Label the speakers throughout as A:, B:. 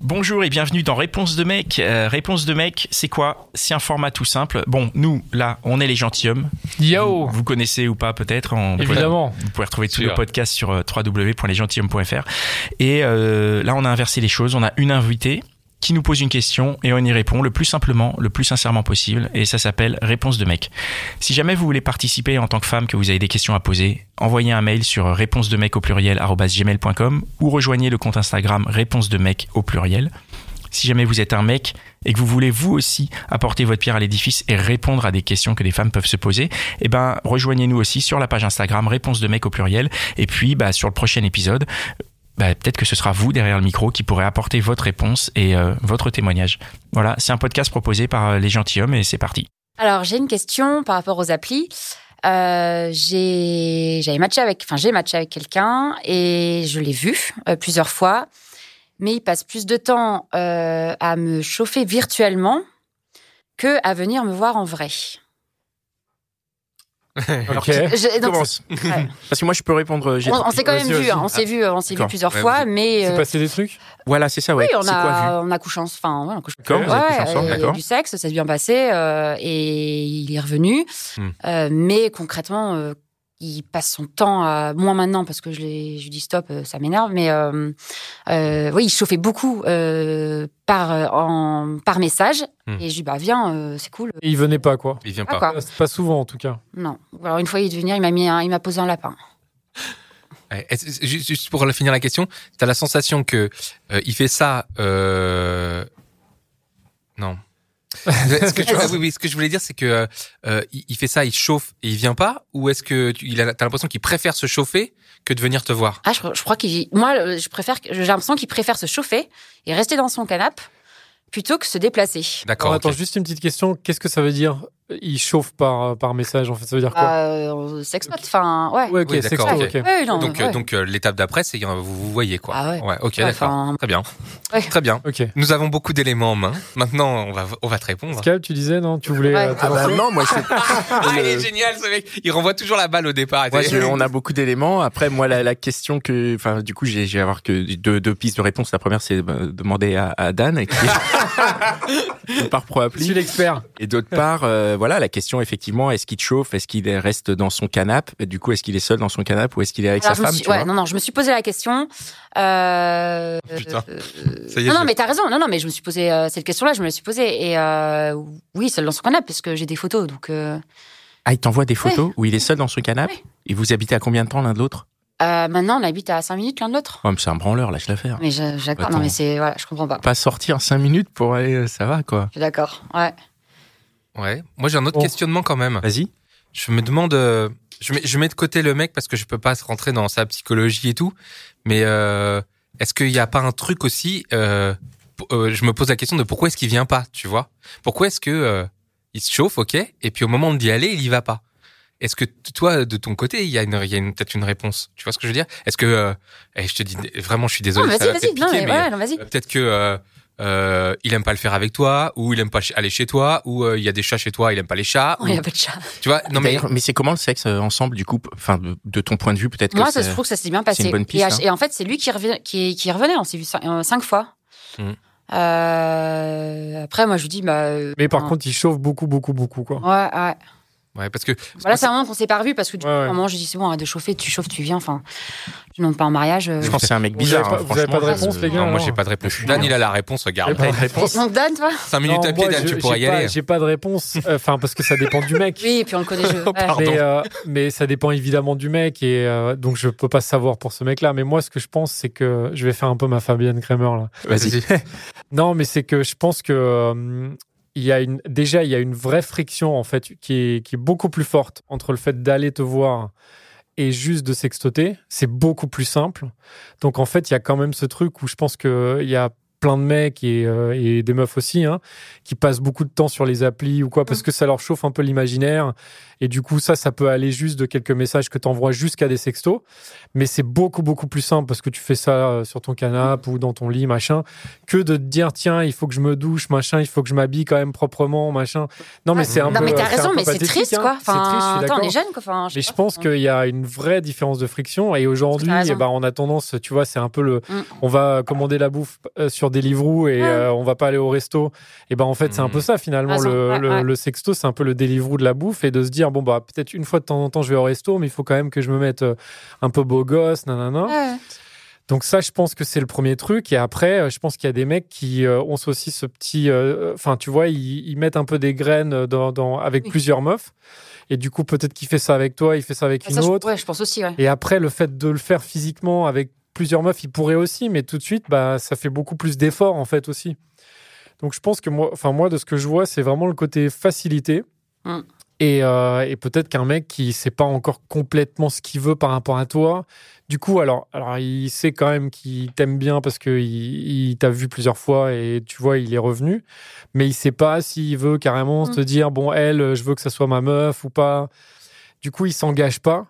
A: Bonjour et bienvenue dans Réponse de mec. Euh, Réponse de mec, c'est quoi C'est un format tout simple. Bon, nous, là, on est les gentilshommes.
B: Yo
A: Vous connaissez ou pas peut-être on-
B: Évidemment.
A: Vous pouvez retrouver tous
C: Sûr.
A: les podcasts sur euh, www.lesgentilhommes.fr. Et euh, là, on a inversé les choses. On a une invitée qui nous pose une question et on y répond le plus simplement, le plus sincèrement possible. Et ça s'appelle Réponse de mec. Si jamais vous voulez participer en tant que femme, que vous avez des questions à poser, envoyez un mail sur réponse de mec au pluriel arobase gmail.com ou rejoignez le compte Instagram réponse de mec au pluriel. Si jamais vous êtes un mec et que vous voulez vous aussi apporter votre pierre à l'édifice et répondre à des questions que des femmes peuvent se poser, eh ben rejoignez-nous aussi sur la page Instagram réponse de mec au pluriel et puis bah, sur le prochain épisode bah, peut-être que ce sera vous derrière le micro qui pourrez apporter votre réponse et euh, votre témoignage. Voilà, c'est un podcast proposé par euh, les gentilshommes et c'est parti.
D: Alors, j'ai une question par rapport aux applis. Euh, j'ai- J'avais matché avec, enfin, j'ai matché avec quelqu'un et je l'ai vu euh, plusieurs fois, mais il passe plus de temps euh, à me chauffer virtuellement que à venir me voir en vrai.
B: Ok.
D: Je- donc,
E: Eh, Parce que moi, je peux répondre. euh, j'ai-
D: on on s'est quand même
B: Vas-y,
D: vu, hein,
B: vas-y.
D: on s'est vu, on s'est vu
E: D'accord.
D: plusieurs
C: Ouais,
D: fois, mais
B: C'est
D: euh,
B: passé des trucs
E: Voilà, c'est ça, ouais.
D: oui, on
E: c'est quoi vu
D: a, on a couché ensemble. Enfin, ouais, on couche
E: D'accord, vous avez couché ensemble,
D: et
E: d'accord.
D: du sexe, ça s'est bien passé euh, et il est revenu.
C: Hmm.
D: Euh, mais concrètement, euh, il passe son temps à. Moins maintenant, parce que je, l'ai- je lui dis stop, euh, ça m'énerve. Mais euh, euh, oui, il chauffait beaucoup euh, par, euh, en, par message.
C: Hmm.
D: Et je lui dis bah, viens, euh, c'est cool.
B: Et il venait pas, quoi.
C: Il vient
D: Ah,
C: pas.
D: quoi.
B: Pas- Pas souvent, en tout cas.
D: Non. Ou Alors une fois, il est venu, il m'a mis un- il m'a posé un lapin.
C: Ouais. Est-ce- est-ce- Juste juste pour finir la question, t'as la sensation que euh, il fait ça. euh, Non. Est-ce que tu- ah oui, oui, ce que je voulais dire, c'est que euh, euh, il il fait ça, il chauffe et il vient pas, ou est-ce que tu il a- t'as l'impression qu'il préfère se chauffer que de venir te voir
D: Ah, je, je crois qu'il. Moi, euh, je préfère. que- J'ai l'impression qu'il préfère se chauffer et rester dans son canapé plutôt que se déplacer.
C: D'accord.
B: Alors,
C: ok.
B: attends, juste une petite question. Qu'est-ce que ça veut dire Il chauffe par, euh, par message, en fait. Ça veut dire quoi
D: Euh, on s'exploite, enfin, ouais.
B: Ouais, ok,
C: Oui,
B: sexto,
C: d'accord,
B: ok.
C: ok.
D: Ouais, non,
C: Donc,
D: ouais.
C: euh, donc euh, l'étape d'après, c'est euh, vous vous voyez quoi.
D: Ah ouais.
C: ok,
D: Ouais,
C: d'accord.
D: enfin,
C: Très bien.
D: Ouais.
C: Très bien.
B: Ok.
C: Nous avons beaucoup d'éléments en main. Maintenant, on va, on va te répondre.
B: Pascal, tu disais, non Tu voulais.
D: Ouais.
B: euh, te
E: Ah bah
B: lancer
E: non, moi, je-
C: Ah, il est
E: Euh,
C: génial ce mec. Il renvoie toujours la balle au départ.
E: moi, je- on a beaucoup d'éléments. Après, moi, la, la question que, enfin, du coup, j'ai j'ai avoir que deux, deux pistes de réponse. La première, c'est bah, demander à, à Dan, qui est- par pro
B: Je suis
E: appli.
B: l'expert.
E: Et d'autre part, euh, voilà, la question, effectivement, est-ce qu'il te chauffe, est-ce qu'il reste dans son canapé, du coup, est-ce qu'il est seul dans son canapé ou est-ce qu'il est avec
D: alors, je
E: sa
D: me
E: femme,
D: suis-
E: tu
D: ouais,
E: vois
D: non, non, je me suis posé la question. Euh,
C: Putain.
D: euh,
C: Ça y est,
D: non, non,
C: je-
D: mais t'as raison. Non, non, mais je me suis posé euh, cette question-là. Je me la suis posée. Et euh, oui, seul dans son canapé, parce que j'ai des photos. Donc, euh,
E: Ah, il t'envoie des photos où il est seul dans son canapé
D: Ouais.
E: et vous habitez à combien de temps l'un de l'autre
D: euh, maintenant, on habite à 5 minutes l'un de l'autre.
E: Oh, mais c'est un branleur, lâche l'affaire.
D: Mais je- j'accorde. Non,
E: Attends.
D: mais c'est voilà, je comprends pas.
E: Pas sortir cinq minutes pour aller, euh, ça va, quoi.
D: Je suis d'accord. Ouais.
C: Ouais. Moi, j'ai un autre
B: Bon.
C: questionnement quand même.
E: Vas-y.
C: Je me demande. euh, Je mets, je mets de côté le mec parce que je peux pas se rentrer dans sa psychologie et tout. Mais euh, est-ce qu'il n'y a pas un truc aussi euh, p- euh, Je me pose la question de pourquoi est-ce qu'il vient pas, tu vois Pourquoi est-ce que euh, il se chauffe, ok, et puis au moment d'y aller, il y va pas Est-ce que t- toi, de ton côté, il y a, une- il y a une- peut-être une réponse Tu vois ce que je veux dire Est-ce que euh, eh, je te dis vraiment, je suis
D: Non,
C: désolé.
D: mais
C: ça
D: vas-y,
C: va
D: vas-y.
C: peut-être
D: Non,
C: piquer,
D: mais
C: mais,
D: ouais, non, vas-y.
C: euh, peut-être que euh, euh, il aime pas le faire avec toi, ou il aime pas ch- aller chez toi, ou euh, il y a des chats chez toi, il aime pas les chats.
D: Oh,
C: ou-
D: Il y a pas de chat.
C: Tu vois Non mais
E: D'ailleurs, mais c'est comment le sexe euh, ensemble du coup p- Enfin, de, de ton point de vue, peut-être. que
D: Moi, ça
E: c'est-
D: se trouve que ça s'est bien
E: c'est
D: passé.
E: une bonne
D: Et
E: piste,
D: à-
E: hein.
D: et, en fait, c'est lui qui revenait, qui, qui revenait. On s'est vu cin- euh, cinq fois.
E: Mm.
C: Hmm.
D: Euh, après, moi, je vous dis, bah. euh,
B: Mais par
D: hein.
B: contre, il chauffe beaucoup, beaucoup, beaucoup, quoi.
D: Ouais, ouais.
C: ouais parce que
D: Voilà, c'est un moment qu'on s'est pas revu parce que du
B: Ouais,
D: coup, à
B: ouais.
D: un moment, j'ai dit, c'est bon, arrête de chauffer, tu chauffes, tu viens. Enfin, tu demandes pas en mariage. euh.
E: Je pense que c'est un mec
B: Vous
E: bizarre.
B: avez pas-
E: hein,
B: vous avez
E: franchement,
B: pas de
E: je-
B: réponse, les gars
C: non, moi
B: alors
C: j'ai pas de réponse. Dan il a la réponse, regarde.
B: J'ai pas de réponse.
D: Donc, Dan, toi
C: 5 minutes
B: Non,
C: à pied,
B: moi,
C: Dan,
B: je-
C: tu pourras
B: j'ai
C: y
B: pas-
C: aller.
B: J'ai pas de réponse. Enfin, parce que ça dépend du mec.
D: Oui, et puis on le connaît, je. ouais.
B: Mais, euh, mais ça dépend évidemment du mec et euh, donc je peux pas savoir pour ce mec-là. Mais moi, ce que je pense, c'est que je vais faire un peu ma Fabienne Kramer là.
E: Vas-y.
B: Non, mais c'est que je pense que euh, il y a une déjà il y a une vraie friction en fait qui est, qui est beaucoup plus forte entre le fait d'aller te voir et juste de sextoter. C'est beaucoup plus simple. Donc en fait, il y a quand même ce truc où je pense que il y a plein de mecs et, euh, et des meufs aussi hein, qui passent beaucoup de temps sur les applis ou quoi parce
D: Mm.
B: que ça leur chauffe un peu l'imaginaire et du coup ça ça peut aller juste de quelques messages que t'envoies jusqu'à des sextos mais c'est beaucoup beaucoup plus simple parce que tu fais ça euh, sur ton canapé
D: Mm.
B: ou dans ton lit machin que de te dire tiens il faut que je me douche machin il faut que je m'habille quand même proprement machin non mais c'est un
D: non,
B: peu
D: mais t'as
B: c'est un
D: raison,
B: peu
D: mais c'est
B: pathétique,
D: triste,
B: hein.
D: quoi.
B: C'est triste, je suis
D: Enfin, attends, on
B: d'accord.
D: est jeune, quoi. Enfin,
B: Mais je
D: sais pas.
B: pense qu'il y a une vraie différence de friction. Et aujourd'hui,
D: T'as raison.
B: eh ben, on a tendance, tu vois, c'est un peu le.
D: Mm.
B: On va commander la bouffe euh, sur Deliveroo et
D: Ouais.
B: euh, on va pas aller au resto, et ben en fait c'est un
E: Mhm.
B: peu ça finalement
D: Ah, ça,
B: le,
D: ouais,
B: le-
D: ouais.
B: le sexto, c'est un peu le Deliveroo de la bouffe et de se dire bon bah peut-être une fois de temps en temps je vais au resto, mais il faut quand même que je me mette euh, un peu beau gosse, nanana.
D: Ouais.
B: Donc ça, je pense que c'est le premier truc. Et après, euh, je pense qu'il y a des mecs qui euh, ont aussi ce petit... euh, Enfin, tu vois, ils, ils mettent un peu des graines euh, dans, dans- avec
D: Oui.
B: plusieurs meufs. Et du coup, peut-être qu'il fait ça avec toi, il fait ça avec
D: Ah, Ça,
B: une
D: je,
B: autre.
D: ouais, je pense aussi, ouais.
B: Et après, le fait de le faire physiquement avec plusieurs meufs, il pourrait aussi, mais tout de suite, bah, ça fait beaucoup plus d'efforts, en fait, aussi. Donc, je pense que moi, enfin, moi, de ce que je vois, c'est vraiment le côté facilité.
D: Mm.
B: Et, euh, et peut-être qu'un mec qui sait pas encore complètement ce qu'il veut par rapport à toi, du coup, alors, alors il sait quand même qu'il t'aime bien parce qu'il il, il t'a vu plusieurs fois et tu vois, il est revenu, mais il sait pas s'il veut carrément
D: Mm.
B: se dire, bon, elle, je veux que ça soit ma meuf ou pas. Du coup, il s'engage pas.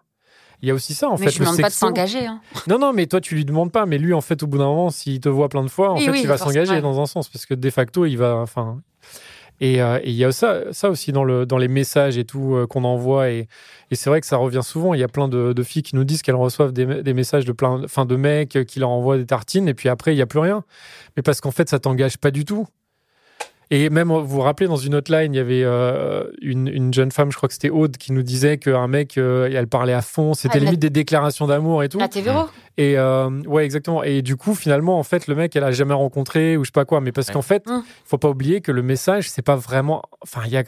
B: Il y a aussi ça, en
D: mais
B: fait.
D: je
B: le
D: ne demande pas de
B: sexto.
D: s'engager. hein.
B: Non, non, mais toi, tu lui demandes pas. Mais lui, en fait, au bout d'un moment, s'il te voit plein de fois, en
D: Oui,
B: fait,
D: oui,
B: il va
D: forcément,
B: s'engager
D: ouais.
B: dans un sens parce que de facto, il va. Enfin. Et euh, et il y a ça, ça aussi dans, le, dans les messages et tout euh, qu'on envoie. Et, et c'est vrai que ça revient souvent. Il y a plein de, de filles qui nous disent qu'elles reçoivent des, me- des messages de plein, enfin, de mecs euh, qui leur envoient des tartines. Et puis après, il n'y a plus rien. Mais parce qu'en fait, ça t'engage pas du tout. Et même, vous vous rappelez, dans une hotline, il y avait euh, une, une jeune femme, je crois que c'était Aude, qui nous disait qu'un mec, euh, elle parlait à fond. C'était
D: Ah, la-
B: limite des déclarations d'amour et tout.
D: La TVRO.
B: Et euh, ouais, exactement. Et du coup, finalement, en fait, le mec, elle a jamais rencontré ou je sais pas quoi. Mais parce
E: Ouais.
B: qu'en fait,
D: Mm.
B: faut pas oublier que le message, c'est pas vraiment. Enfin, il y a.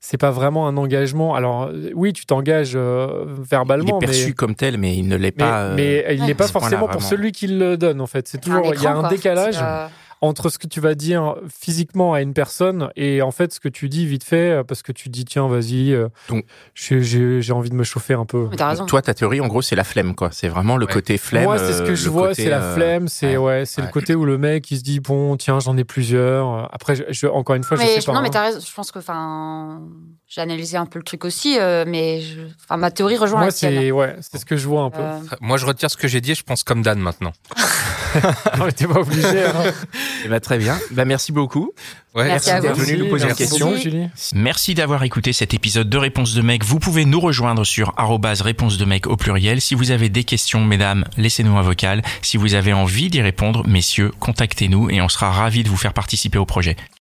B: C'est pas vraiment un engagement. Alors euh, oui, tu t'engages euh,
E: Il
B: verbalement,
E: est perçu
B: mais
E: comme tel, mais il ne l'est
B: mais,
E: pas. euh,
B: mais il
D: ouais.
B: n'est pas
E: à ce point-là,
B: forcément pour
E: vraiment.
B: celui qui le donne. Ah, En fait, c'est
D: Enfin,
B: toujours il y a
D: l'écran,
B: un
D: quoi.
B: décalage
D: C'est, euh,
B: entre ce que tu vas dire physiquement à une personne et en fait ce que tu dis vite fait euh, parce que tu dis tiens vas-y, euh,
E: Donc-
B: j'ai- j'ai j'ai envie de me chauffer un peu.
D: Mais t'as raison.
E: Toi, ta théorie, en gros, c'est la flemme, quoi. C'est vraiment le
C: Ouais.
E: côté flemme.
B: Moi, c'est ce que
E: euh,
B: je
E: le
B: vois,
E: côté,
B: c'est la
E: euh,
B: flemme, c'est ouais, c'est le
E: Ouais.
B: côté où le mec il se dit bon, tiens, j'en ai plusieurs. Après, je, je- encore une fois, je
D: mais,
B: sais
D: je-
B: pas.
D: non,
B: hein.
D: mais t'as raison. Je pense que, enfin, j'ai analysé un peu le truc aussi, euh, mais je- enfin, ma théorie rejoint
B: Moi,
D: la tienne.
B: c'est ouais, c'est ce que je vois un peu.
D: Euh,
C: Moi, je retire ce que j'ai dit, et je pense comme Dan maintenant.
B: non, mais t'es pas obligé. hein.
E: Eh ben, très bien. Bah, merci beaucoup.
C: Ouais.
D: Merci à
E: d'être
D: vous.
E: venu nous poser une
B: merci
E: question.
B: beaucoup, Julie.
A: Merci d'avoir écouté cet épisode de Réponse de mec. Vous pouvez nous rejoindre sur arrobase réponse de mec au pluriel. Si vous avez des questions, mesdames, laissez-nous un vocal. Si vous avez envie d'y répondre, messieurs, contactez-nous et on sera ravis de vous faire participer au projet.